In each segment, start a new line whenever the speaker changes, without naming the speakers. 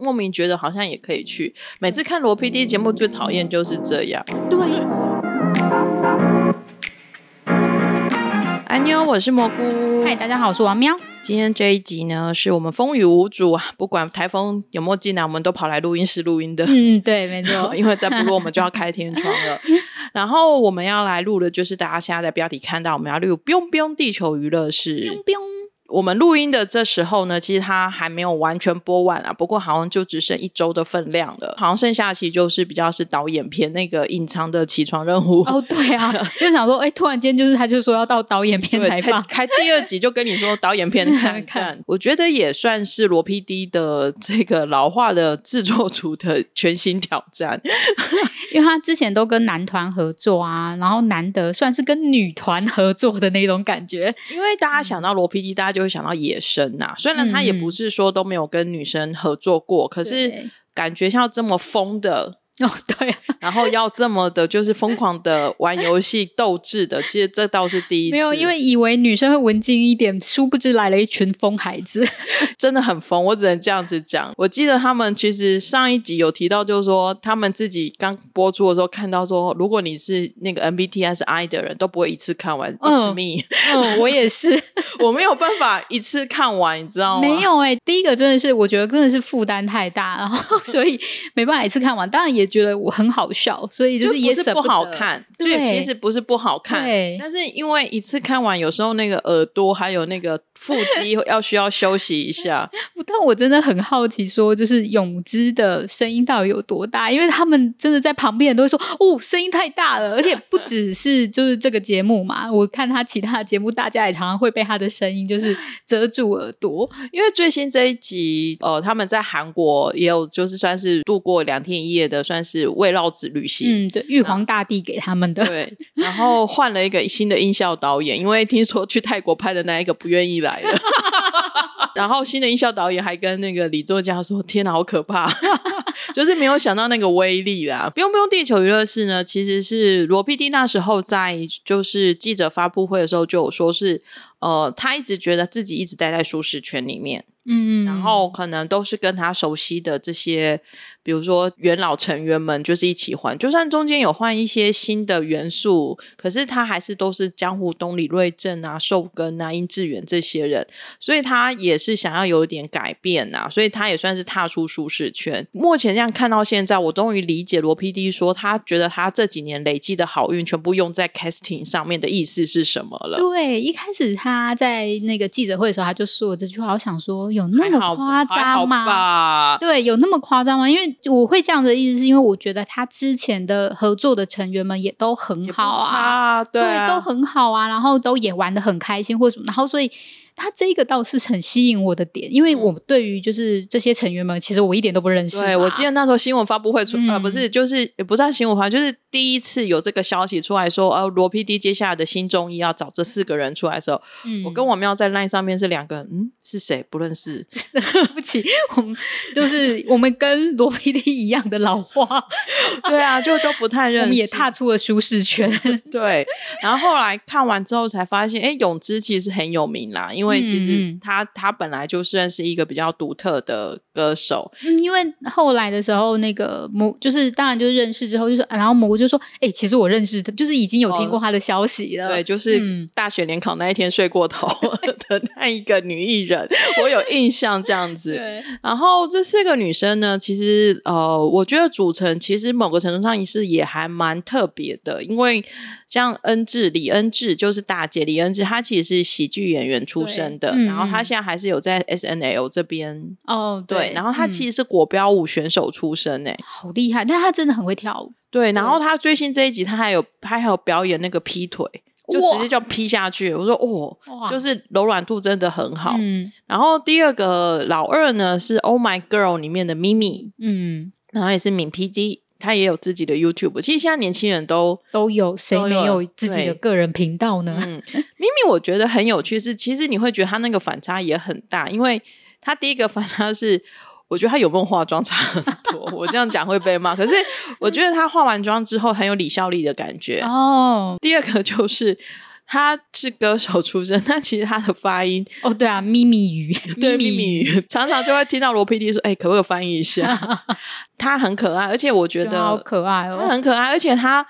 莫名觉得好像也可以去。
嗯
每次看罗 PD 节目最讨厌就是这样。
对，
安妞，我是蘑菇。
嗨，大家好，我是王喵。
今天这一集呢，是我们风雨无阻啊，不管台风有没有进来，我们都跑来录音室录音的。
嗯，对，没 错。
因为再不录我们就要开天窗 了。然后我们要来录的就是大家现在在标题看到，我们要录《biu biu 地球娱乐室》。我们录音的这时候呢，其实它还没有完全播完啊，不过好像就只剩一周的分量了，好像剩下期就是比较是导演片那个隐藏的起床任务。
哦，对 啊，就想说，哎，突然间就是他就说要到导演片
对，
才
开
放，
开第二集就跟你说导演片看看
看，
我觉得也算是罗 PD 的这个老化的制作组的全新挑战。
因为他之前都跟男团合作啊，然后难得算是跟女团合作的那种感觉。
因为大家想到罗 PD，大家就会想到野生呐、虽然他也不是说都没有跟女生合作过，可是
嗯对
感觉像这么疯的，
哦，对、啊，
然后要这么的，就是疯狂的玩游戏、斗智的，其实这倒是第一次。
没有，因为以为女生会文静一点，殊不知来了一群疯孩子。
真的很疯，我只能这样子讲。我记得他们其实上一集有提到，就是说他们自己刚播出的时候看到说，如果你是那个 MBTI 是 I 的人，都不会一次看完。
嗯
It's me，
嗯，我也是。
我没有办法一次看完，你知道吗？
没有哎、第一个真的是我觉得真的是负担太大，然后 所以没办法一次看完。当然也觉得我很好笑，所以就是
不
也
是
舍
不
不
好
得。
看，就
对
其实不是不好看
对，
但是因为一次看完，有时候那个耳朵还有那个腹肌要需要休息一下。
不但我真的很好奇，说就是泳姿的声音到底有多大？因为他们真的在旁边人都会说：“哦，声音太大了。”而且不只是就是这个节目嘛，我看他其他的节目，大家也常常会被他的声音就是遮住耳朵。
因为最新这一集，呃，他们在韩国也有就是算是度过两天一夜的，算是慰劳子旅行。
嗯，对，玉皇大帝给他们的。
对，然后换了一个新的音效导演，因为听说去泰国拍的那一个不愿意来了。 然后新的音效导演还跟那个李作家说：“天哪，好可怕！” 就是没有想到那个威力啦。不用不用，地球娱乐室呢，其实是罗 PD 那时候在就是记者发布会的时候就有说是，呃，他一直觉得自己一直待在舒适圈里面，
嗯，
然后可能都是跟他熟悉的这些，比如说元老成员们，就是一起换。就算中间有换一些新的元素，可是他还是都是江湖东李瑞正啊、寿根啊、殷志远这些人，所以他也是想要有一点改变呐、所以他也算是踏出舒适圈。目前这样看到现在，我终于理解罗 PD 说他觉得他这几年累积的好运全部用在 casting 上面的意思是什么了。
对，一开始他在那个记者会的时候，他就说这句话，我想说有那
还好
么夸
还好
张吗？
吧？
对，有那么夸张吗？因为我会这样的意思，是因为我觉得他之前的合作的成员们也都很
也不
好
差
啊，
啊，对啊
都很好啊，然后都也玩的很开心或什么，然后所以他这个倒是很吸引我的点，因为我对于就是这些成员们，其实我一点都不认识嘛。
嗯对，我记得那时候新闻发布会出，呃，
嗯
不是，就是也不算新闻发布，就是第一次有这个消息出来说，呃，罗 PD 接下来的新中医要找这四个人出来的时候，
嗯，
我跟我喵在 LINE 上面是两个人，嗯，是谁不认 识？
对不起，我们就是我们跟罗 PD 一样的老花，
对啊，就都不太 认识。
我们也踏出了舒适 圈。
对，然后后来看完之后才发现，哎，泳之其实很有名啦，因为其
嗯
实
嗯
他他本来就算是一个比较独特的歌手，
嗯，因为后来的时候，那个蘑就是当然就是认识之后，就是然后蘑菇就说：“哎、其实我认识他，就是已经有听过他的消息了。
哦对，就是
嗯
大学联考那一天睡过头 的那一个女艺人，我有印象这样子。
对，
然后这四个女生呢，其实呃，我觉得组成其实某个程度上也是也还蛮特别的，因为像恩智李恩智就是大姐李恩智，她其实是喜剧演员出身的，
对嗯
然后她现在还是有在 S N L 这边。
哦
对，然后她其
实、
实是国标舞选手出身诶、
好厉害，但他真的很会跳舞。
对，然后她最新这一集，她还有她还有表演那个劈腿，就
哇
直接就劈下去。我说哦，
哇
就是柔软度真的很好。
嗯
然后第二个老二呢是《Oh My Girl》里面的咪咪，
嗯，
然后也是敏 PD，他也有自己的 YouTube。其实现在年轻人都，
都有谁
都
没
有
有自己
对
的个人频道呢？
嗯，咪咪我觉得很有趣是，其实你会觉得他那个反差也很大，因为他第一个反差是。我觉得他有没有化妆差很多，我这样讲会被骂。可是嗯我觉得他化完妆之后很有李孝利的感觉。
哦，
第二个就是他是歌手出身，但其实他的发音
哦，对啊，咪咪鱼，
对
咪
秘密
鱼，
语，常常就会听到罗 PD 说：“哎、可不可以翻译一 下？”他很可爱，而且我觉
觉得好
得
可爱
他
哦。
很可爱，而且他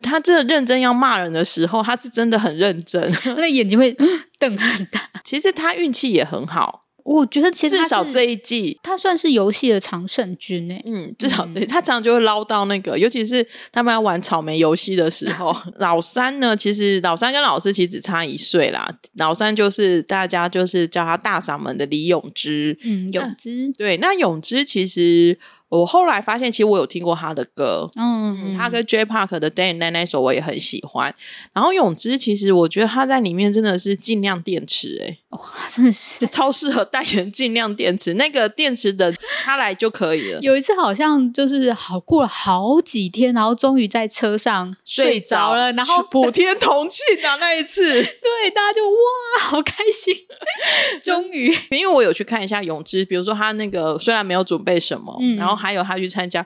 他真的认真要骂人的时候，他是真的很认真。
那眼睛会 瞪很大。
其实他运气也很好，
我觉得其实
至
他
少
是
这一季。
他算是游戏的常胜军欸诶。
嗯，至少这一季他常常就会捞到那个，尤其是他们要玩草莓游戏的时 候，老三呢，其实老三跟老四其实只差一岁啦。老三就是大家就是叫他大嗓门的李永芝，
嗯，泳姿，
对，那永之其实我后来发现，其实我有听过他的歌，
嗯，
他跟 J Park 的《Day and Night》那首我也很喜欢。然后永之其实我觉得他在里面真的是尽量电池、欸，
他真的 是
超适合代言尽量电池，那个电池的他来就可以了。
有一次好像就是好过了好几天，然后终于在车上 睡着了，然后
普天同庆啊！那一次，
对大家就哇，好开心，终于
因为我有去看一下泳之，比如说他那个虽然没有准备什么，
嗯
然后还有他去参加，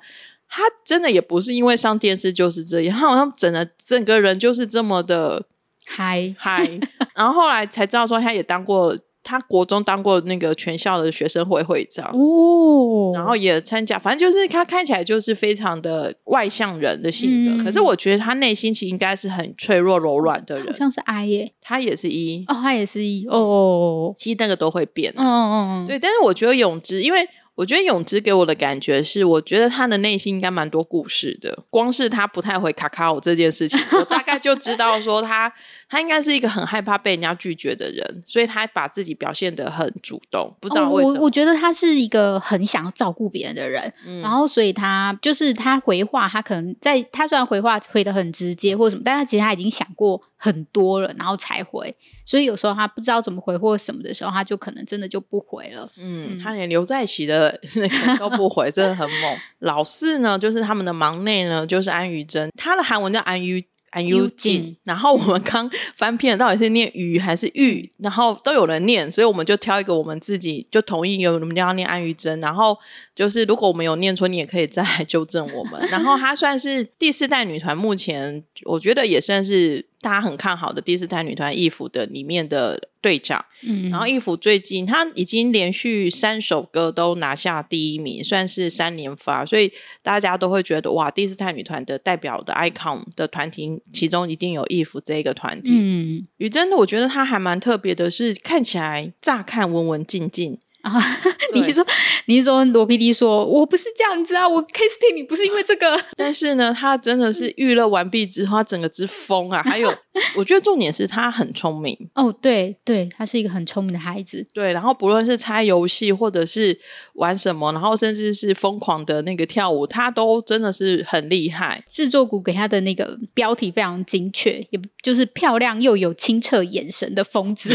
他真的也不是因为上电视就是这样，他好像整个整个人就是这么的
嗨，
嗨， 然后后来才知道说他也当过，他国中当过那个全校的学生会会长。
哦，
然后也参加，反正就是他看起来就是非常的外向人的性格，
嗯
可是我觉得他内心其实应该是很脆弱柔软的
好
人，
像是 I 耶，
他也是一，
哦，他也是 E，哦哦，
其实那个都会变啊、
嗯嗯嗯，
对，但是我觉得泳之，因为我觉得泳之给我的感觉是，我觉得他的内心应该蛮多故事的。光是他不太回卡卡我这件事情，我大概就知道说他他应该是一个很害怕被人家拒绝的人，所以他把自己表现得很主动，不知道
哦
为什
我
么。嗯
我觉得他是一个很想要照顾别人的人，然后所以他就是他回话，他可能在他虽然回话回的很直接或什么，但他其实他已经想过很多了，然后才回。所以有时候他不知道怎么回或什么的时候，他就可能真的就不回了。
嗯，他连刘在熙的 那个都不回，真的很猛。老四呢，就是他们的忙内呢，就是安于真，他的韩文叫安于。安于
于
静
静，
然后我们刚翻篇到底是念于还是玉，然后都有人念，所以我们就挑一个我们自己就同意，我们就要念安于真。然后就是如果我们有念错，你也可以再来纠正我们。然后她算是第四代女团，目前我觉得也算是大家很看好的第四代女团义服的里面的队长。
嗯，
然后易服最近他已经连续三首歌都拿下第一名，算是三连发，所以大家都会觉得哇，第四代女团的代表的 icon 的团体，其中一定有易服这一个团体。
嗯
于、真的，我觉得她还蛮特别的是，看起来乍看文文静静，
啊， 你是说你是说罗 PD 说我不是这样子啊，我 casting 你不是因为这个，
但是呢，她真的
嗯
是娱乐完毕之后，她整个之疯啊！ 还有，我觉得重点是她很聪明，
哦，对对，他是一个很聪明的孩子，
对，然后不论是猜游戏，或者是玩什么，然后甚至是疯狂的那个跳舞，他都真的是很厉害。
制作股给他的那个标题非常精确，也不就是漂亮又有清澈眼神的疯 子。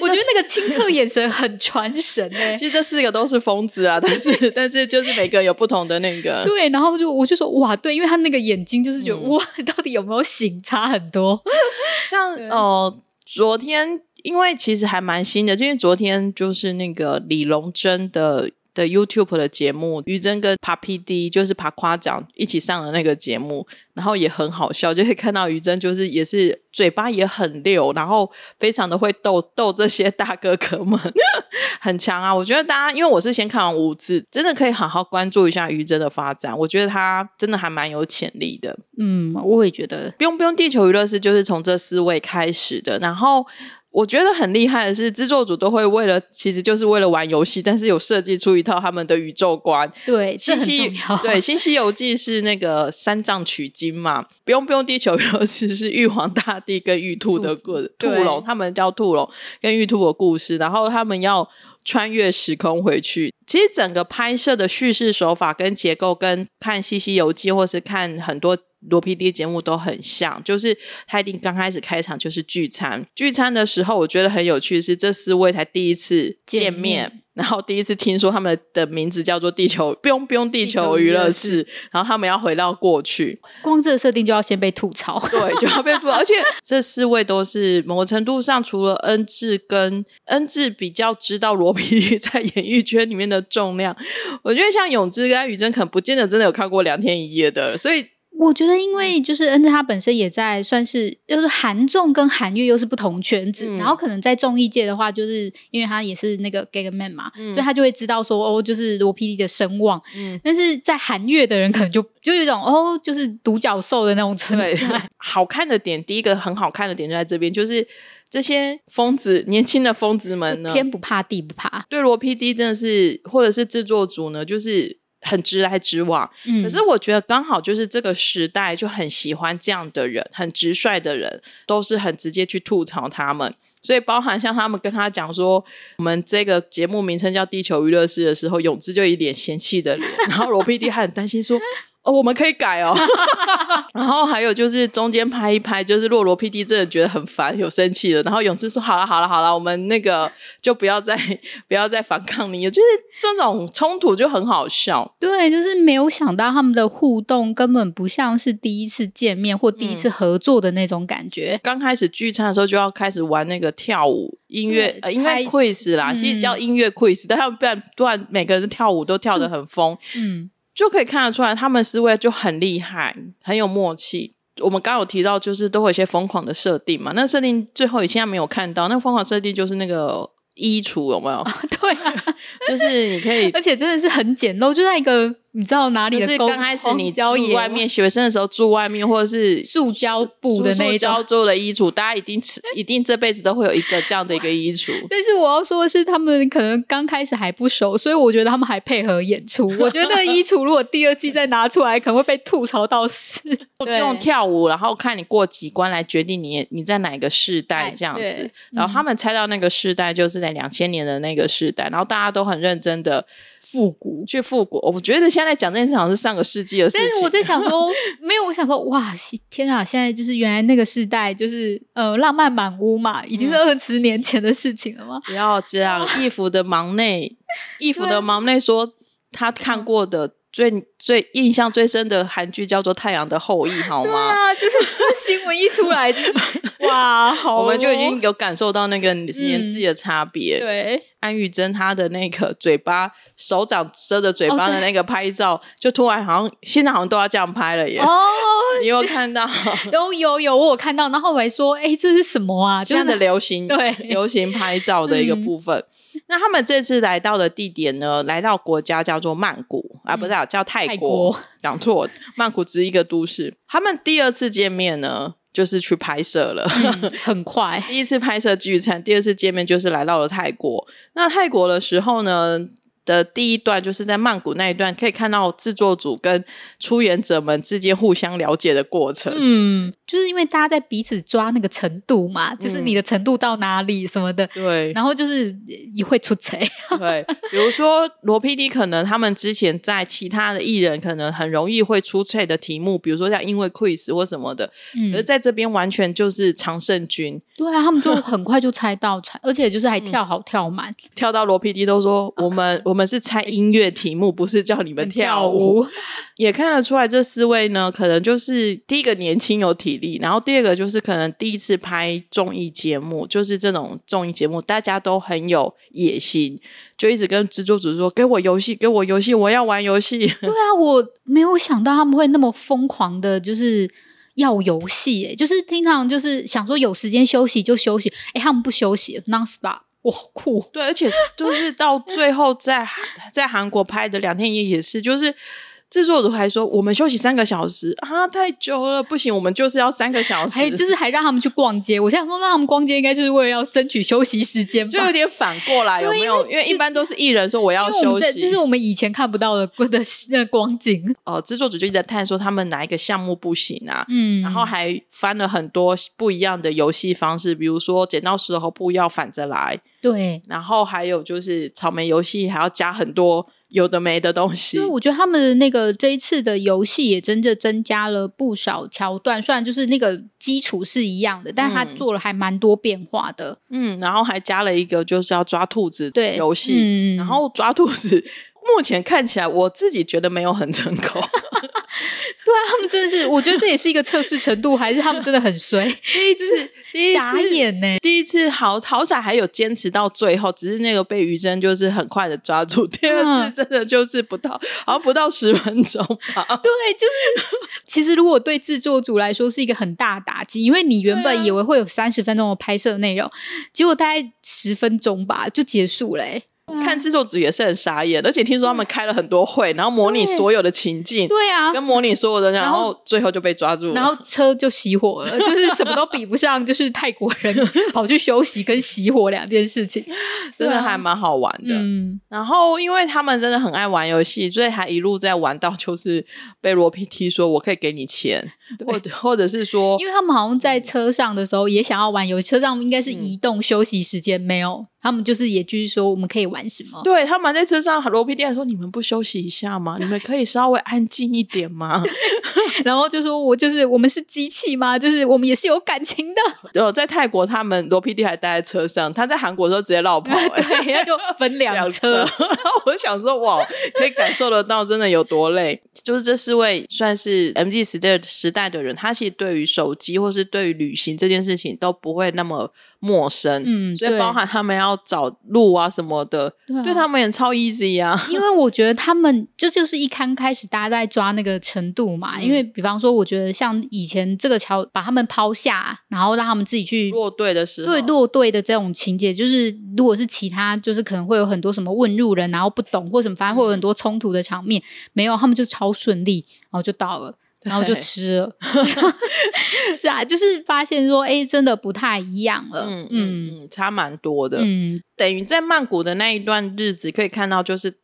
我觉得那个清澈眼神很传神 哎、
其实这四个都是疯子啊，但是 但是就是每个人有不同的那个。
对，然后就我就说哇，对，因为他那个眼睛就是觉得、哇，到底有没有醒差很多？
像呃，昨天因为其实还蛮新的，因为昨天就是那个李龙珍的。的 YouTube 的节目，于真跟 Papi D 就是爬夸奖一起上了那个节目，然后也很好笑， 就可以看到于真就是也是嘴巴也很溜，然后非常的会逗逗这些大哥哥们， 很强啊！我觉得大家，因为我是先看完五字，真的可以好好关注一下于真的发展，我觉得他真的还蛮有潜力的。
嗯，我也觉得，
不用不用，地球娱乐室就是从这四位开始的。然后我觉得很厉害的是，制作组都会为了，其实就是为了玩游戏，但是有设计出一套他们的宇宙 观。
对，
新
这很
西
重要。
对， 新西游记是那个三藏取经嘛，不用不用，地球娱乐室是玉皇大帝跟玉兔的故兔
对
龙，他们叫兔龙跟玉兔的故事，然后他们要穿越时空回去。其实整个拍摄的叙事手法跟结构，跟看《西西游记》或是看很多罗 PD 节目都很像，就是他一定刚开始开场就是聚餐。聚餐的时候，我觉得很有趣的是，这四位才第一次见
见
面，
面
然后第一次听说他们的名字叫做地球，不用不用地球娱乐室，然后他们要回到过去，
光这个设定就要先被吐槽。
对，就要被捕。而且这四位都是某个程度上，除了恩智跟恩智比较知道罗皮 在演艺圈里面的重量，我觉得像永之跟安宇真可能不见得真的有看过两天一夜的，所以
我觉得，因
嗯
为就是恩，他本身也在算是，就是韩综跟韩乐又是不同圈子，
嗯
然后可能在综艺界的话，就是因为他也是那个 gay man 嘛，
嗯
所以他就会知道说哦，就是罗 PD 的声望。
嗯
但是在韩乐的人可能就就有一种哦，就是独角兽的那种存
对
在。，
好看的点，第一个很好看的点就在这边，就是这些疯子，年轻的疯子们呢，
天不怕地不怕，
对罗 PD 真的是，或者是制作组呢，就是很直来直往。
嗯，
可是我觉得刚好就是这个时代就很喜欢这样的人，很直率的人，都是很直接去吐槽他们。所以包含像他们跟他讲说，我们这个节目名称叫《地球娱乐室》的时候，永志就一脸嫌弃的脸，然后罗 PD 还很担心说。哦，我们可以改哦。然后还有就是中间拍一拍，就是洛罗 PD 真的觉得很烦，有生气了。然后永志说：“好了，好了，好了，我们那个就不要再不要再反抗你了。”就是这种冲突就很好笑。
对，就是没有想到他们的互动根本不像是第一次见面或
嗯
第一次合作的那种感觉。
刚开始聚餐的时候就要开始玩那个跳舞音乐
对
呃音乐
猜
quiz 啦，
嗯
其实叫音乐 quiz，但他们不然不然每个人跳舞都跳得很疯，
嗯，
就可以看得出来他们思维就很厉害，很有默契。我们刚刚有提到，就是都会有一些疯狂的设定嘛，那设定最后你现在没有看到，那疯狂设定就是那个衣橱有没有？
对啊，
就是你可 以
而且真的是很简陋，就在一个你知道哪里
就
的
是
沟
刚开始你
荒郊
住
野
外面，学生的时候住外面，或者是
塑胶布的那一
塑胶
种。
做的衣橱，大家一定吃，一定这辈子都会有一个这样的一个衣橱。
但是我要说的是，他们可能刚开始还不熟，所以我觉得他们还配合演出。我觉得衣橱如果第二季再拿出来，可能会被吐槽 到死。对
用跳舞，然后看你过几关来决定你你在哪一个世代
哎
这样
对
子。然后他们猜到那个世代就是在两千年的那个世代，然后大家都很认真的
复古。
去复古。我觉得现在讲这件事好像是上个世纪的事
但
情。
是我在 想说，没有，我想说，哇，天啊！现在就是原来那个时代，就是呃，浪漫满屋嘛，已经
嗯
是二十年前的事情了吗？
不要这样， 义父的忙 内，义父的
对
忙内说他看过的最最印象最深的韩剧叫做《太阳的后裔》，好
对
吗？
啊，就是这新闻一出来，就是哇，好哦、
我们就已经有感受到那个
嗯
年纪的差别。
对
安玉珍她的那个嘴巴，手掌遮着嘴巴
哦
的
对
那个拍照，就突然好像现在好像都要这样拍了耶！
哦，
你有没有看 到
有有有，我有看到，然后我还说，哎，这是什么啊？就
现在
是
的流行
对嗯
流行拍照的一个部分？那他们这次来到的地点呢？来到国家叫做曼谷啊，不是、啊、叫泰
嗯泰
国
国，
讲错，曼谷只是一个都市。他们第二次见面呢，就是去拍摄了。
嗯很快，
第一次拍摄聚餐，第二次见面就是来到了泰国。那泰国的时候呢？的第一段就是在曼谷那一段，可以看到制作组跟出演者们之间互相了解的过程。
嗯，就是因为大家在彼此抓那个程度嘛，就是你的程度到哪里什么的，
对
然后就是也会出彩，
对，比如说罗 PD 可能他们之前在其他的艺人可能很容易会出错的题目，比如说像因为 quiz 或什么的，可是
嗯，
在这边完全就是常胜军，
对啊，他们就很快就猜到，猜，而且就是还跳好跳满，
跳到罗 PD 都说我们我们是猜音乐题目，不是叫你 们跳舞。，也看得出来，这四位呢，可能就是第一个年轻有体力，然后第二个就是可能第一次拍综艺节目，就是这种综艺节目，大家都很有野心，就一直跟制作组说：“给我游戏，给我游戏，我要玩游戏。
对啊，我没有想到他们会那么疯狂的，就是要游戏、欸，就是经常就是想说有时间休息就休息，哎、他们不休息，non stop，哇，好酷”，
对，而且就是到最后在在韩国拍的两天一夜也是，就是。制作组还说我们休息三个小时啊，太久了，不行，我们就是要三个小时，
还就是还让他们去逛街，我想说让他们逛街应该就是为了要争取休息时间
就有
吧。
点反过 来，有没有？因为一般都是艺人说我要
因为我
休
们在，
息，
这是我们以前看不到的的的光景，
呃，制作组就一直在探索他们哪一个项目不行啊，
嗯，
然后还翻了很多不一样的游戏方式，比如说剪刀石头布要反着来，
对，
然后还有就是草莓游戏还要加很多有的没的东西
因为。我觉得他们的那个这一次的游戏也真的增加了不少桥段，虽然就是那个基础是一样的，但是他
嗯
做了还蛮多变化的，
嗯，然后还加了一个就是要抓兔子
对
游戏，
嗯
然后抓兔子。目前看起来，我自己觉得没有很成功，
对啊，他们真的是，我觉得这也是一个测试程度，还是他们真的很衰，
第一次， 第一
傻
次
眼呢、
第一次好好仔还有坚持到最后，只是那个被余真就是很快的抓住。第二次
嗯
真的就是不到，好像不到十分钟吧。
对，就是其实如果对制作组来说是一个很大的打击，因为你原
对啊
本以为会有三十分钟的拍摄内容，结果大概十分钟吧就结束欸嘞、
看制作组也是很傻眼，而且听说他们开了很多会，然后模拟所有的情境，
对啊，
跟模拟所有的，然
然后
后最后就被抓住了。
然后车就熄火了，就是什么都比不上，就是泰国 人跑去休息跟熄火两件事情。
真
对
的
啊
还蛮好玩的。
嗯，
然后，因为他们真的很爱玩游戏，所以还一路在玩到就是被罗 PT 说我可以给你钱，
对
或者或者是说
因为他们好像在
嗯
车上的时候也想要玩游戏，车上应该是移动休息时间没有，他们就是也继续说我们可以玩什么。
对他们在车上，罗 PD 还说：“你们不休息一下吗？你们可以稍微安静一点吗
然后就说我就是我们是机器吗？就是我们也是有感情的，？”
然后在泰国，他们罗 PD 还待在车上，他在韩国的时候直接绕跑、欸，
对，然后就分两
车。。
车
然后我就想说，哇，可以感受得到真的有多累。就是这四位算是 MG 时代时代的人，他其实对于手机或是对于旅行这件事情都不会那么陌生。
嗯，
所以包含他们要找路啊什么的，
对,、
对他们也超 easy 啊。
因为我觉得他们这就是一刚开始大家在抓那个程度嘛，因为
嗯
比方说，我觉得像以前这个桥把他们抛下，然后让他们自己去
落队的时候，
对落队的这种情节，就是如果是其他，就是可能会有很多什么问路人，然后不懂或什么，反正会有
嗯
很多冲突的场面。没有，他们就超顺利，然后就到了。然后就
对
吃了，是啊，就是发现说，哎，真的不太一样了，
嗯嗯
嗯
嗯，差蛮多的。
嗯，
等于在曼谷的那一段日子，可以看到就是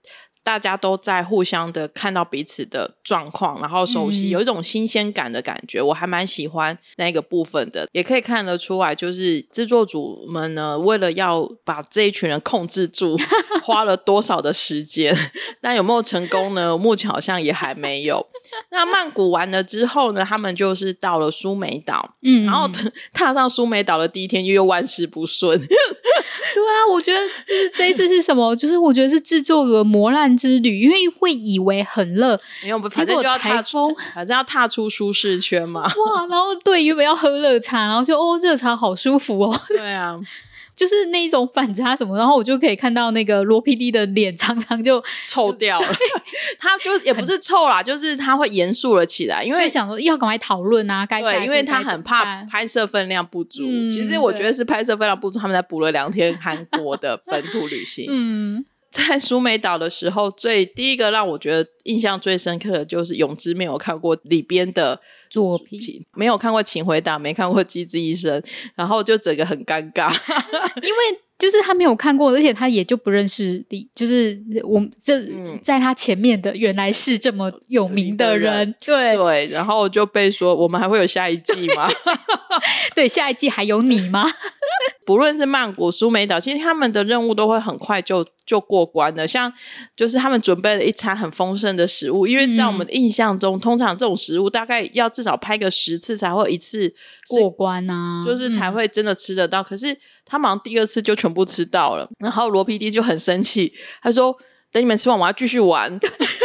大家都在互相的看到彼此的状况，然后熟悉，
嗯
有一种新鲜感的感觉，我还蛮喜欢那个部分的。也可以看得出来，就是制作组们呢，为了要把这一群人控制 住，花了多少的时间， 但有没有成功呢？目前好像也还没有。那曼谷完了之后呢，他们就是到了苏梅岛，
嗯，
然后 踏上苏梅岛的第一天，又又万事不顺。
对啊，我觉得就是这一次是什么？就是我觉得是制作组的磨难之旅，因为会以为很热
没有，
结
反正
果
就要
台
踏出
风，。
反正要踏出舒适圈嘛
哇，然后对原本要喝热茶，然后就哦热茶好舒服哦，
对啊，
就是那一种反差什么，然后我就可以看到那个罗 PD 的脸常 常就
臭掉了。 他就也不是臭啦，就是他会严肃了起来，因
就
为
想说要赶快讨论啊，该下
对，
一步
因为他
该怎
很
么
怕
办
拍摄分量不足。
嗯
其实我
对
觉得是拍摄分量不足，他们才补了两天韩国的本土旅行。
嗯，
在苏梅岛的时候，最第一个让我觉得印象最深刻的就是永之没有看过里边的
作品，
没有看过《请回答》，没看过《机智医生》，然后就整个很尴 尬。
因为。就是他没有看过，而且他也就不认识你。就是我们这、
嗯
在他前面的原来是这么有名的人，对
对，然后就被说我们还会有下一季吗？
对，下一季还有你吗？
不论是曼谷、苏梅岛，其实他们的任务都会很快就就过关的。像就是他们准备了一餐很丰盛的食物，因为
嗯
在我们的印象中，通常这种食物大概要至少拍个十次才会一次 是
过关啊，
就是
嗯
才会真的吃得到。可是他们好像第二次就全部吃到了，然后罗 PD 就很生气，他说：“等你们吃完，我要继续玩。”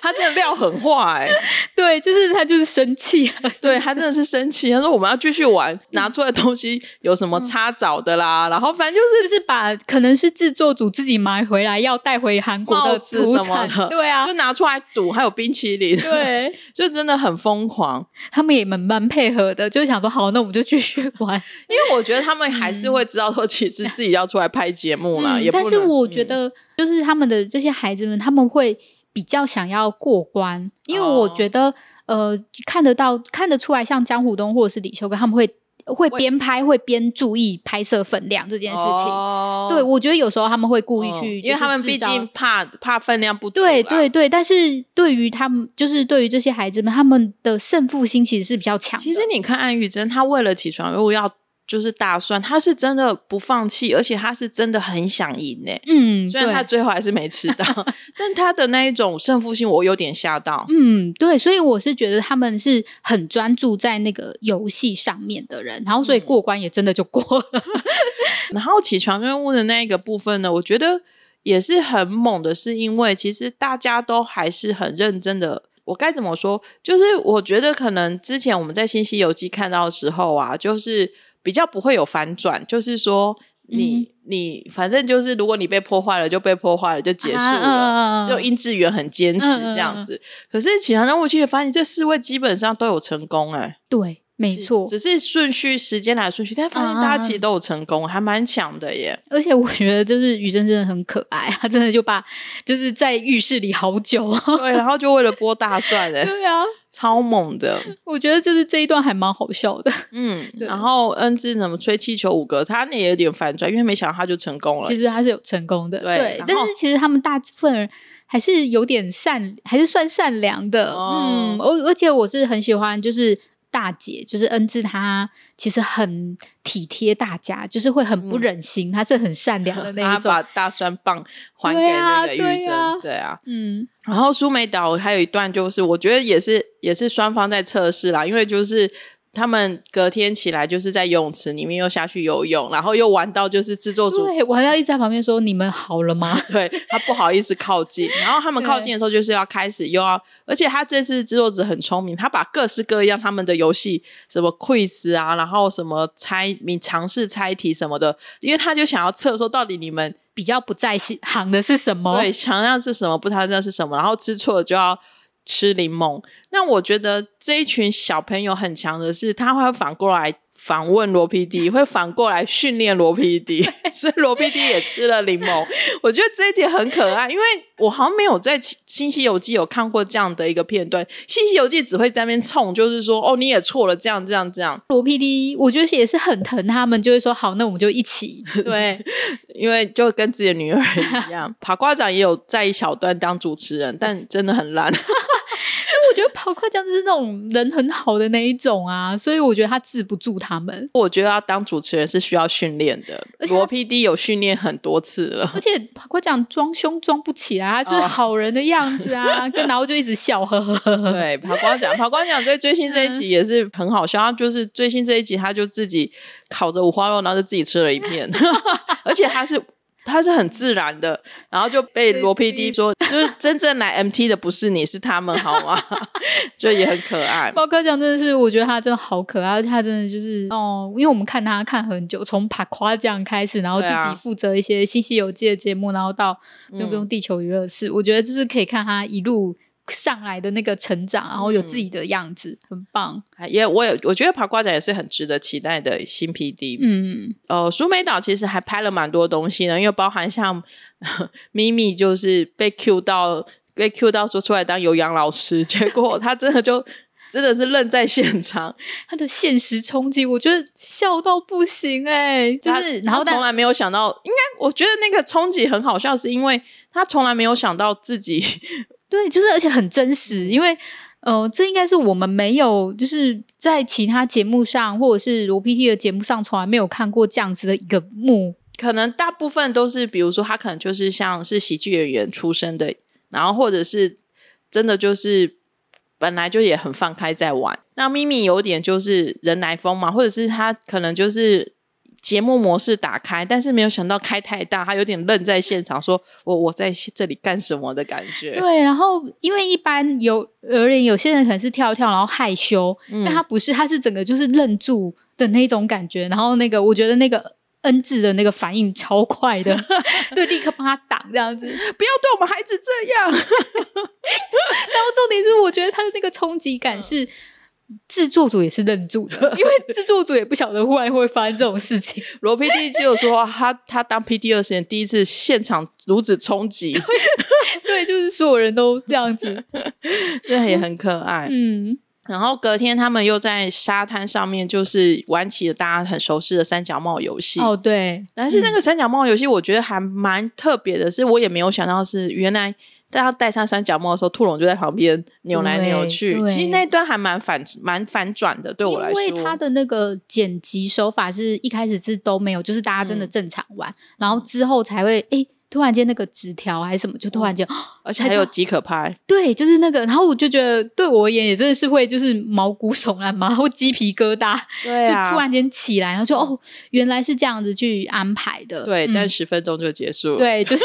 他真的料很坏、欸。
对，就是他就是生气了，
对他真的是生气，他说我们要继续玩，拿出来东西有什
嗯
么擦澡的啦，然后反正就是
就是把可能是制作组自己买回来要带回韩国
帽
的
子
土
什么
产，
的，
对啊
就，拿出来赌，还有冰淇淋，，
对，
就真的很疯狂。
他们也蛮蛮配合的，就想说好，那我们就继续玩。
因为我觉得他们还是会知道说，其实自己要出来拍节目啦，也不
嗯但
能
是我觉
嗯
得，就是他们的这些孩子们，他们会比较想要过关，因为我
哦
觉得，呃，看得到、看得出来，像江虎东或者是李修哥，他们会会
会
边拍会边注意拍摄分量这件事情。
哦
对，我觉得有时候他们会故意
嗯
去，
因为
就是
他们
制
毕
造
竟怕怕分量不足啦，
对对对，但是对于他们，就是对于这些孩子们，他们的胜负心其实是比较强的。
其实你看安玉珍，她为了起床又要就是大蒜，她是真的不放弃，而且她是真的很想赢呢、
嗯，
虽然
对
他最后还是没吃 到，但他的那一种胜负心，我有点吓到。
嗯，对，所以我是觉得他们是很专注在那个游戏上面的人，然后所以过关也真的就过 了。
然后起床任务的那一个部分呢，我觉得也是很猛的，是因为其实大家都还是很认真的。我该怎么说？就是我觉得可能之前我们在《新西游记》看到的时候啊，就是比较不会有反转，就是说你、你反正就是如果你被破坏了就被破坏了就结束了，
啊
只有殷志源很坚持这样子。可是其他任务其实发现这四位基本上都有成功哎、
对，没错。嗯
只是顺序时间来的顺序，但发现大家其实都有成功，还蛮强的耶。
而且我觉得就是雨珍真的很可爱，她真的就把就是在浴室里好 久。
对，然后就为了剥大蒜哎、
对啊，
超猛 的。
我觉得就是这一段还蛮好笑的。
嗯，
对
然后恩智怎么吹气球五个，他那也有点反转，因为没想到他就成功了
其。实他是有成功的，
对然后
但是其实他们大部分人还是有点善，还是算善良的。
哦
嗯，而而且我是很喜欢，就是大姐，就是恩智，她其实很体贴大家，就是会很不忍心，她是很善良的那
他
一
嗯
种。
把大蒜棒还给那个玉
对
珍，
啊
对啊。
嗯，
然后苏梅岛还有一段，就是我觉得也是也是双方在测试啦，因为就是他们隔天起来就是在游泳池里面又下去游泳，然后又玩到就是制作组
对我还要一直在旁边说：“你们好了吗
对他不好意思靠近，然后他们靠近的时候就是要开始又要，而且他这次制作者很聪明，他把各式各样他们的游戏，什么 quiz 啊，然后什么猜你尝试猜题什么的，因为他就想要测说到底你们、？”
比较不在行的是什么？
对想要是什么，不知道是什么，然后吃错了就要。吃柠檬，那我觉得这一群小朋友很强的是，他会反过来访问罗 PD，会反过来训练罗 PD，所以罗 PD 也吃了柠檬，我觉得这一点很可爱，因为我好像没有在《新西游记》有看过这样的一个片段，《新西游记》只会在那边冲，就是说哦你也错了，这样这样这样，
罗 PD，我觉得也是很疼他们，就会说：“好，那我们就一起。” 对，
因为就跟自己的女儿一样，爬瓜长也有在一小段当主持人，但真的很烂，
我觉得跑快酱就是那种人很好的那一种啊，所以我觉得他治不住他们。
我觉得要当主持人是需要训练的
而，且他
罗 PD 有训练很多次了。
而且跑快酱装凶装不起来，他就是
哦
好人的样子啊， 跟然后就一直笑，呵呵呵呵。
对，跑光讲，跑光讲，最最新这一集也是很好笑。他就是最新这一集，他就自己烤着五花肉，然后就自己吃了一片， 而且他是他是很自然的，然后就被罗 PD 说，就是真正来 MT 的不是你，是他们，好吗？ 就也很可爱。
包哥酱真的是，我觉得他真的好可爱，而且他真的就是哦，因为我们看他看很久，从爬夸酱开始，然后自
对啊嗯
己负责一些《新西游记》的节目，然后到用不用地球娱乐室，我觉得就是可以看他一路上来的那个成长，然后有自己的样子，很棒。
也我也我觉得爬瓜仔也是很值得期待的新 PD。
嗯，
呃，苏梅岛其实还拍了蛮多东西呢，因为包含像 咪咪就是被 Q 到被 Q 到说出来当有氧老师，结果他真的就真的是愣在现场，
他的现实冲击，我觉得笑到不行哎、 就是
他
然后
他从
但
来没有想到，应该我觉得那个冲击很好笑，是因为他从来没有想到自己
对，就是而且很真实，因为呃，这应该是我们没有就是在其他节目上或者是罗 PT 的节目上从来没有看过这样子的一个幕，
可能大部分都是，比如说他可能就是像是喜剧演员出身的，然后或者是真的就是本来就也很放开在玩。那咪咪有点就是人来疯嘛，或者是他可能就是节目模式打开，但是没有想到开太大，他有点愣在现场说，我我在这里干什么的感觉。
对，然后因为一般有而言，有些人可能是跳一跳，然后害羞，但他不是，他是整个就是愣住的那种感觉。然后那个，我觉得那个恩智的那个反应超快的， 对，立刻帮他挡这样子。然
不要对我们孩子这样。
后重点是，我觉得他的那个冲击
嗯
感是。制作组也是愣住的，因为制作组也不晓得忽然会发生这种 事情，
罗 PD 就说他他当 PD 二十年，第一次现场如此冲击，
对，就是所有人都这 样子，
这也很可爱。
嗯，
然后隔天他们又在沙滩上面，就是玩起了大家很熟悉的三角帽游戏。
哦，对，
但是那个三角帽游戏，我觉得还蛮特别的是，我也没有想到是原来大家戴上三角帽的时候，兔笼就在旁边扭来扭去。
对对
其实那一段还蛮反蛮反转的，对我来说。
因为他的那个剪辑手法是一开始是都没有，就是大家真的
嗯
正常玩，然后之后才会诶，突然间那个纸条还是什么，就突
哦
然间、
而且还有即可 拍，
对，就是那个，然后我就觉得对我而言也真的是会就是毛骨悚然嘛，然后鸡皮疙瘩、
对啊
就突然间起来，然后就哦，原来是这样子去安排的，
对，
嗯
但十分钟就结束了。
对，就是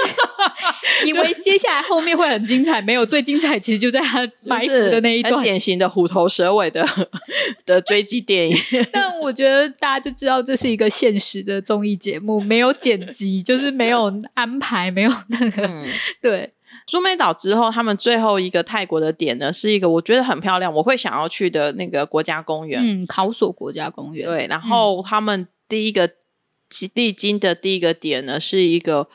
以为接下来后面会很精彩，没有最精彩其实就在他埋伏的那一
就是很
段。
典型的虎头蛇尾的 的追击电影。
但我觉得大家就知道这是一个现实的综艺节目，没有剪辑，就是没有安排，没有那个、 对。
苏梅岛之后，他们最后一个泰国的点呢，是一个我觉得很漂亮，我会想要去的那个国家公园。
嗯，考索国家公园，
对，然后他们第一个历经的第一个点呢，是一个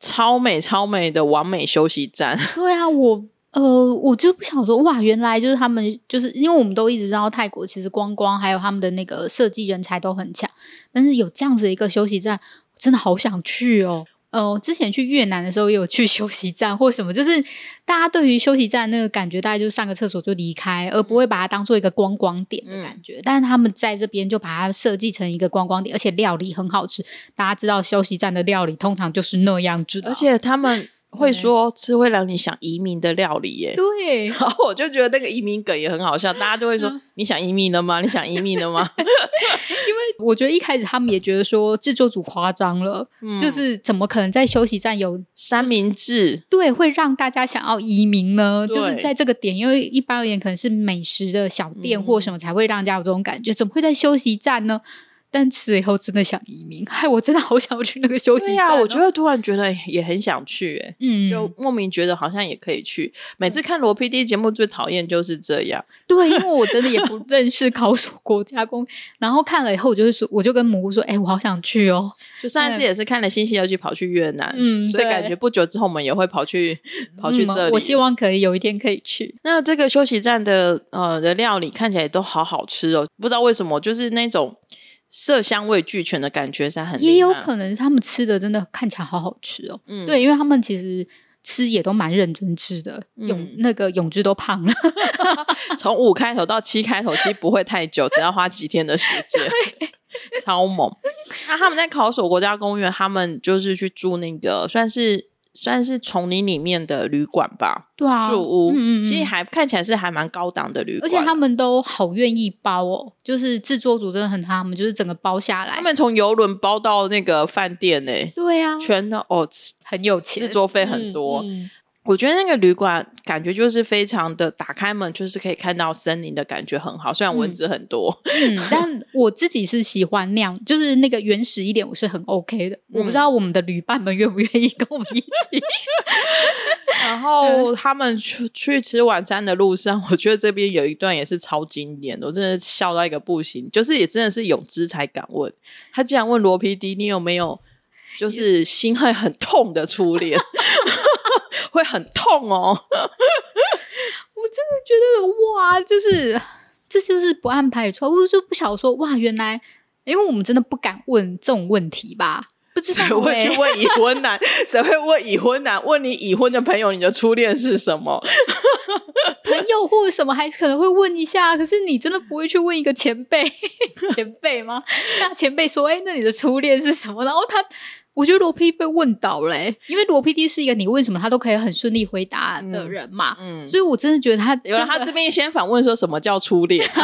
超美超美的完美休息站。
对啊，我呃，我就不想说哇，原来就是他们，就是因为我们都一直知道泰国其实观光还有他们的那个设计人才都很强，但是有这样子的一个休息站，我真的好想去哦。呃，之前去越南的时候也有去休息站或什么，就是大家对于休息站那个感觉，大概就是上个厕所就离开，而
嗯
不会把它当做一个观光点的感觉。但是他们在这边就把它设计成一个观光点，而且料理很好吃。大家知道休息站的料理通常就是那样子的，
而且他 们会
对
说是会让你想移民的料理耶。
对，
然后我就觉得那个移民梗也很好笑，大家就会说：“你想移民了吗？你想移民了吗
我觉得一开始他们也觉得说制作组夸张了，？”就
嗯
是怎么可能在休息站有
三明治，
对会让大家想要移民呢？
对
就是在这个点，因为一般而言可能是美食的小店
嗯
或什么才会让人家有这种感觉，怎么会在休息站呢？但吃了以后真的想移民，害我真的好想要去那个休息
对
站
呀、
哦、
我觉得突然觉得也很想去、哎。
嗯，
就莫名觉得好像也可以去。每次看罗 PD 节目最讨厌就是这样，
对，因为我真的也不认识考索国家公园，然后看了以后，我就会说，我就跟蘑菇说，哎、我好想去哦。
就上一次
对
也是看了《星期六去跑去越南，
嗯
所以
对
感觉不久之后我们也会跑去跑去这
嗯
里。
我希望可以有一天可以去。
那这个休息站的呃的料理看起来都好好吃哦，不知道为什么就是那种色香味俱全的感觉是很
也
厉
有
害
可能是他们吃的真的看起来好好吃哦。
啊嗯
对，因为他们其实吃也都蛮认真吃的，永
嗯
那个永志都胖了。
从五开头到七开头，其实不会太久，只要花几天的时间，超猛。那他们在考索国家公园，他们就是去住那个算是算是丛林里面的旅馆吧，
对啊
树屋，
嗯嗯嗯
其实还看起来是还蛮高档的旅
而
馆。
且他们都好愿意包哦，就是制作组真的很他们，就是整个包下来。
他们从游轮包到那个饭店呢、
对啊，
全都哦，制
很有钱，
制作费很多。
嗯
我觉得那个旅馆感觉就是非常的，打开门就是可以看到森林的感觉很好，虽然蚊子很多。
嗯但我自己是喜欢那样，就是那个原始一点，我是很 OK 的。我不
嗯
知道我们的旅伴们愿不愿意跟我们一起。 嗯
然后他们去去吃晚餐的路上，我觉得这边有一段也是超经典的，我真的笑到一个不行。就是也真的是泳姿才敢问，他竟然问罗 PD 你有没有就是心会很痛的初恋， 会很痛哦。
觉得哇，就是这就是不安排出来，我就不想说哇，原来因为我们真的不敢问这种问题吧，不知
谁
道、
会
欸
去。问已婚 男？谁会问已婚男？问你已婚的朋友，你的初恋是什么？
朋友或者什么还可能会问一下，可是你真的不会去问一个前辈 前辈吗？那前辈说，哎、那你的初恋是什么？然后他。我觉得罗 PD 被问倒了、欸，因为罗 PD 是一个你问什么他都可以很顺利回答的人嘛，
嗯，
所以我真的觉得他
有了，他这
真的
边先反问说什么叫初 恋，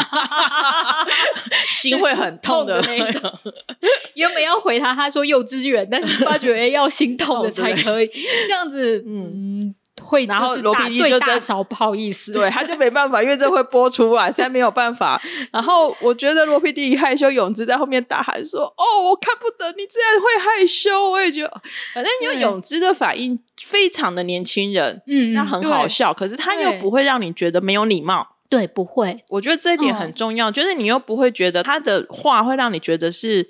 心会很痛的
就是痛的那种原本要回答他说幼稚园，但是发觉哎要 心痛的才可以，这样子，嗯，会
哦然后
就是
罗
大
PD 就
对
在
大嫂不好意思，
对，他就没办法，因为这会播出来，现在没有办 法。然后我觉得罗 PD 一害羞，泳姿在后面大喊说：“哦，我看不得你这样会害羞。”我也觉得，反正因为
对
泳姿的反应非常的年轻人，
嗯，嗯，
那很好笑，可是他又
对
不会让你觉得没有礼貌。
对，对，不会，
我觉得这一点
嗯
很重要，就是你又不会觉得他的话会让你觉得是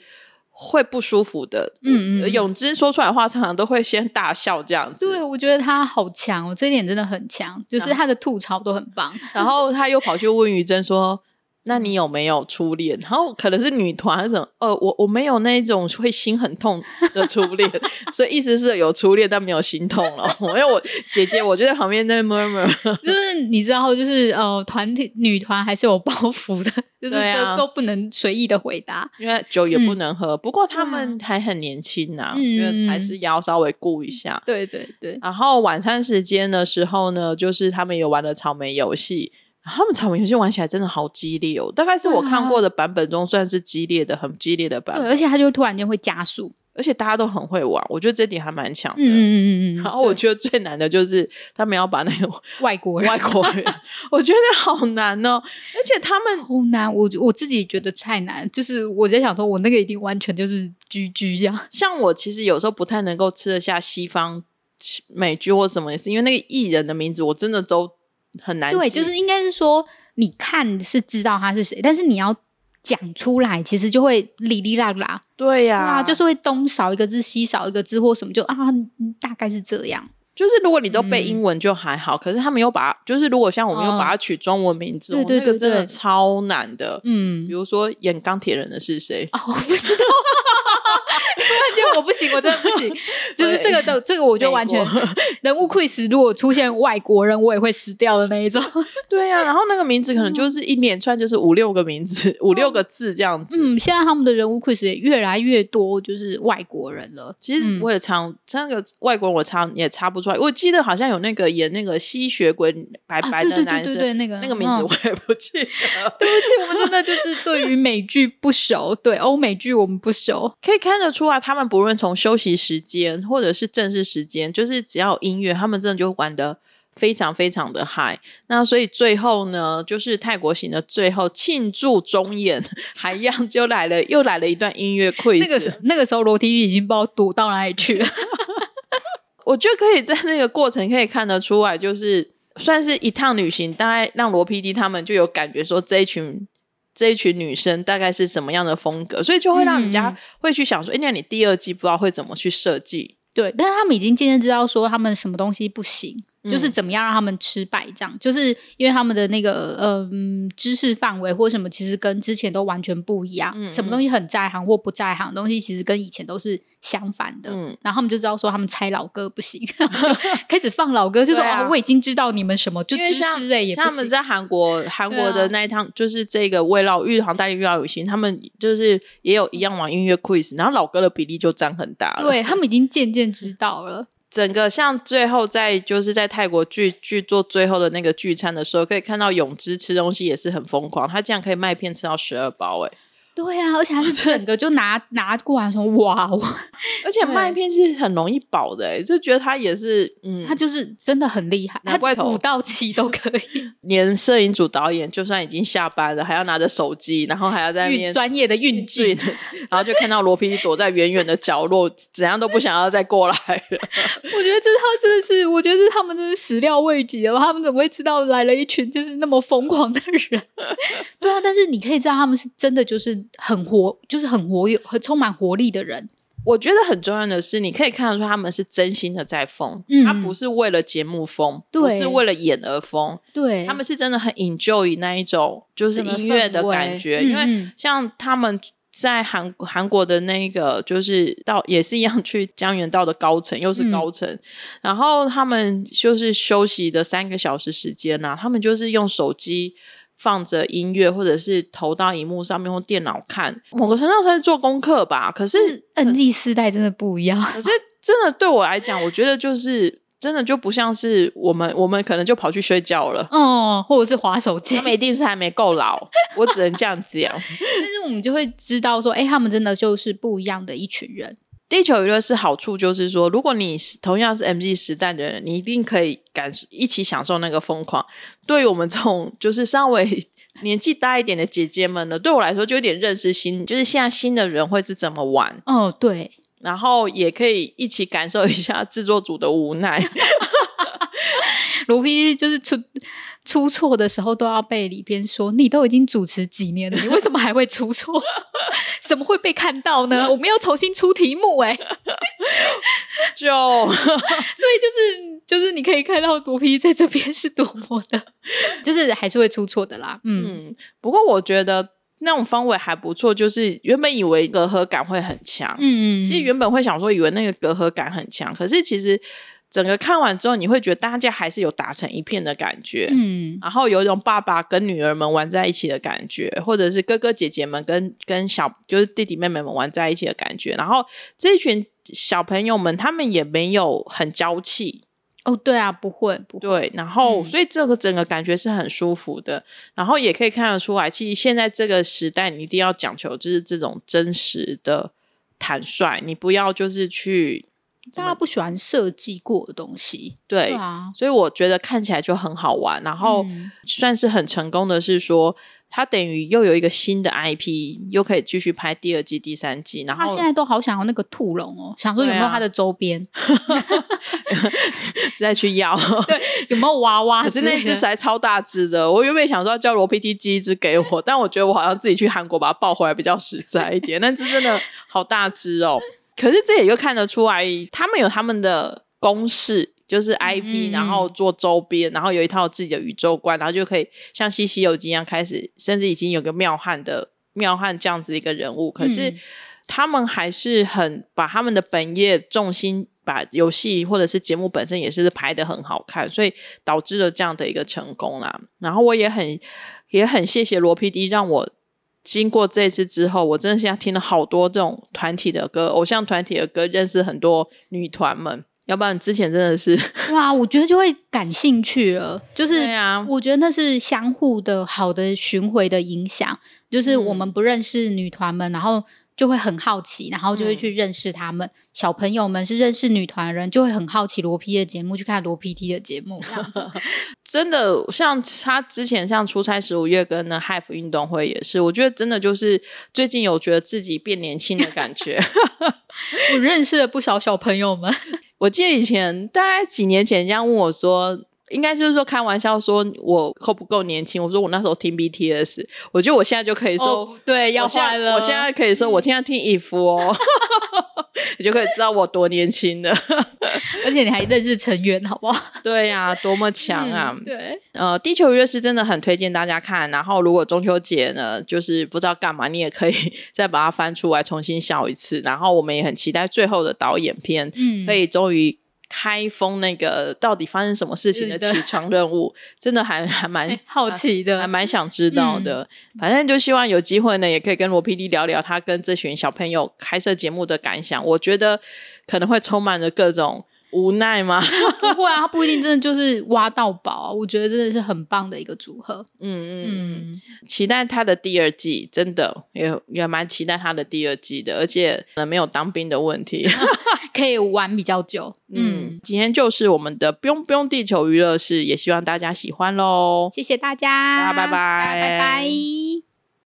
会不舒服的。
嗯嗯嗯
泳姿说出来的话常常都会先大笑这样子。
对我觉得他好强哦，这一点真的很强，就是他的吐槽都很棒，
然后他又跑去问于真说：“那你有没有初恋？”然后可能是女团还是什么？呃，我我没有那种会心很痛的初 恋，所以意思是有初恋但没有心痛了。 因为我姐姐，我就在旁边在 murmur，
就是你知道，就是呃，团体女团还是有包袱的， 就是
对啊
这都不能随意的回答，
因为酒也不能喝。嗯不过他们还很年轻呐、我
嗯
觉得还是要稍微顾一下。嗯
对对对，
然后晚餐时间的时候呢，就是他们也玩了草莓游戏。他们草莓游戏玩起来真的好激烈哦，大概是我
对啊
看过的版本中算是激烈的，很激烈的版
对，
本，
而且它就突然间会加速。
而且大家都很会玩，我觉得这点还蛮强的。
嗯嗯嗯嗯。
然后我
对
觉得最难的就是他们要把那个
外国人
外国人，我觉得好难哦，而且他们
好难，我我自己觉得太难。就是我在想说，我那个一定完全就是居居这样。
像我其实有时候不太能够吃得下西方西美剧或什么，也是因为那个艺人的名字我真的都很难记。
对，就是应该是说，你看是知道他是谁，但是你要讲出来，其实就会哩哩啦啦，
对呀、
对啊，就是会东少一个字，西少一个字或什么，就啊，嗯大概是这样。
就是如果你都
嗯
背英文就还好，可是他们又把就是如果像我们又
哦
把它取中文名字，
对对
我那个
对
真的
对
超难的。
嗯
比，如说演钢铁人的是谁？
哦，我不知道，突然间我不行，我真的不行。 就是这个的，这个我就完全
美国
人物 quiz，如果出现外国人，我也会死掉的那一种。
对呀、然后那个名字可能就是一连串就是五六个名字，五六个字这样子。
嗯嗯，现在他们的人物 quiz 也越来越多，就是外国人了。
其实
嗯
我也常那个外国人，我常也插不出来。我记得好像有那个演那个吸血鬼白
啊，
白
对
的
对
男
对对
生，
对，那个
那个名字
嗯
我也不记得。
对不起，我们真的就是对于美剧不熟，对欧美剧我们不熟。
可以看得出来，他们不论从休息时间或者是正式时间，就是只要有音乐，他们真的就玩的非常非常的嗨。那所以最后呢，就是泰国行的最后庆祝终演，还一样就来了，又来了一段音乐 quiz。
那个时那个时候，罗 TV 已经不知道躲到哪里去了。
我觉得可以在那个过程可以看得出来，就是算是一趟旅行，大概让罗 PD 他们就有感觉说这一群。这一群女生大概是什么样的风格，所以就会让人
嗯
家会去想说，哎、那你第二季不知道会怎么去设计？
对，但是他们已经渐渐知道说他们什么东西不行，就是怎么样让他们吃败仗，就是因为他们的那个呃嗯知识范围或什么，其实跟之前都完全不一样。什么东西很在行或不在行的东西，其实跟以前都是相反的。
嗯
然后他们就知道说他们猜老歌不行， 然后就开始放老歌，就说、
对啊
哦我已经知道你们什么，就
因为
知
像
识类也不
像他们
行。
在韩国，韩国
对啊
的那一趟、就是这个慰劳玉航代理慰劳旅行，他们就是也有一样玩音乐 quiz，然后老歌的比例就占很大了。
对他们已经渐渐知道了，
整个像最后在就是在泰国剧剧做最后的那个聚餐的时候，可以看到永之吃东西也是很疯狂，他竟然可以麦片吃到十二包哎、
对啊，而且还是整个就拿 拿过来说，哇，哦我
而且
对
麦片其实很容易饱的哎、就觉得他也是嗯
他，就是真的很厉害，
难怪
他
头
五到七都可以
连摄影组导演就算已经下班了，还要拿着手机，然后还要在那
运
边
专业的运
醉
镜，
的，然后就看到罗 PD 躲在远远的角落，怎样都不想要再过来了。
我觉得这他真的是，我觉得这他们真的始料未及了吧？他们怎么会知道来了一群就是那么疯狂的人？ 对啊，但是你可以知道他们是真的就是很活，就是很活有很充满活力的人。
我觉得很重要的是，你可以看得出他们是真心的在疯，
嗯
他不是为了节目疯，
对
不是为了演而疯，
对，
他们是真的很 enjoy 那一种就是音乐的感觉，
整个
因
氛围嗯
为
嗯
像他们。在韩韩国的那个就是到也是一样去江原道的高层，又
嗯
是高层，然后他们就是休息的三个小时时间呐、他们就是用手机放着音乐，或者是投到荧幕上面或电脑看，某个程度上算是做功课吧。可是
恩利世代真的不一样。
可是真的对我来讲，我觉得就是真的就不像是我们我们可能就跑去睡觉了。
哦，或者是划手机
他，们一定是还没够老，我只能这样讲。
但是我们就会知道说，哎、他们真的就是不一样的一群人。
地球娱乐是好处就是说，如果你是同样是 MG 时代的人，你一定可以感受一起享受那个疯狂。对于我们这种就是稍微 年纪大一点的姐姐们呢，对我来说就有点认识新，就是现在新的人会是怎么玩，
哦，对，
然后也可以一起感受一下制作组的无奈。
罗 PD 就是出出错的时候都要被里边说，你都已经主持几年了，你为什么还会出错？ 怎么会被看到呢？我们要重新出题目哎、
就
对，就是就是你可以看到罗 PD 在这边是多么的，就是还是会出错的啦。嗯，
嗯，不过我觉得那种氛围还不错，就是原本以为隔阂感会很强，
嗯
其实原本会想说，以为那个隔阂感很强，可是其实整个看完之后，你会觉得大家还是有打成一片的感觉，
嗯，
然后有一种爸爸跟女儿们玩在一起的感觉，或者是哥哥姐姐们跟跟小就是弟弟妹妹们玩在一起的感觉。然后这一群小朋友们，他们也没有很娇气，
哦，对啊，不会，不会，
对，然后、
嗯
所以这个整个感觉是很舒服的，然后也可以看得出来，其实现在这个时代，你一定要讲求就是这种真实的坦率，你不要就是去
大家不喜欢设计过的东西。
对
对啊，
所以我觉得看起来就很好玩，然后
嗯
算是很成功的是说，它等于又有一个新的 IP，又可以继续拍第二季、第三季，然
他
后
现在都好想要那个兔笼哦，想说有
对啊
没有它的周边，
再去要。
有没有娃娃
可
之
是
类的？
那只实在超大只的，我原本想说要叫罗 PT 寄一只给我，但我觉得我好像自己去韩国把它抱回来比较实在一点。那只真的好大只哦，可是这也就看得出来，他们有他们的公式，就是 IP，、
嗯嗯
然后做周边，然后有一套自己的宇宙观，然后就可以像《西西游记》一样开始，甚至已经有个妙汉的妙汉这样子一个人物，可是。
嗯
他们还是很把他们的本业重心，把游戏或者是节目本身也是拍的很好看，所以导致了这样的一个成功啦。然后我也很也很谢谢罗 PD 让我。经过这次之后，我真的现在听了好多这种团体的歌，偶像团体的歌，认识很多女团们。要不然之前真的是，
对啊，我觉得就会感兴趣了。就是
对啊
我觉得那是相互的好的巡回的影响，就是
嗯
我们不认识女团们，然后就会很好奇，然后就
嗯
会去认识她们。小朋友们是认识女团的人，就会很好奇罗 P 的节目，去看罗 PT 的节目，这样子
真的像他之前像出差十五月跟呢 h i f 运动会也是，我觉得真的就是最近有觉得自己变年轻的感觉。
我认识了不少小朋 友们。
我记得以前大概几年前，人家问我说，应该就是说开玩笑说我够不够年轻？我说我那时候听 BTS，我觉得我现在就可以说。
哦，对，要
我现在
换了。
我现在可以说， 我天天听 if 哦， 你就可以知道我多年轻的。
而且你还认识成员，好不好？
对呀、多么强啊！
嗯对，
呃，地球娱乐是真的很推荐大家看。然后，如果中秋节呢，就是不知道干嘛，你也可以 再把它翻出来重新笑一次。然后，我们也很期待最后的导演片，
嗯
可以终于开封那个到底发生什么事情的
是的
起床任务，真的还还 蛮
好奇的
啊还。蛮想知道
嗯
的。反正就希望有机会呢，也可以跟罗 PD 聊聊他跟这群小朋友开设节目的感想。我觉得可能会充满着各种无奈吗？
不会啊，他不一定真的就是挖到宝、啊，我觉得真的是很棒的一个组合。
嗯嗯嗯。
嗯，
期待他的第二季，真的也也蛮期待他的第二季的，而且可能没有当兵的问题。
可以玩比较久。嗯，
嗯，今天就是我们的“不用不用地球娱乐室”，也希望大家喜欢喽。
谢谢大
大家
家，
拜拜
拜拜。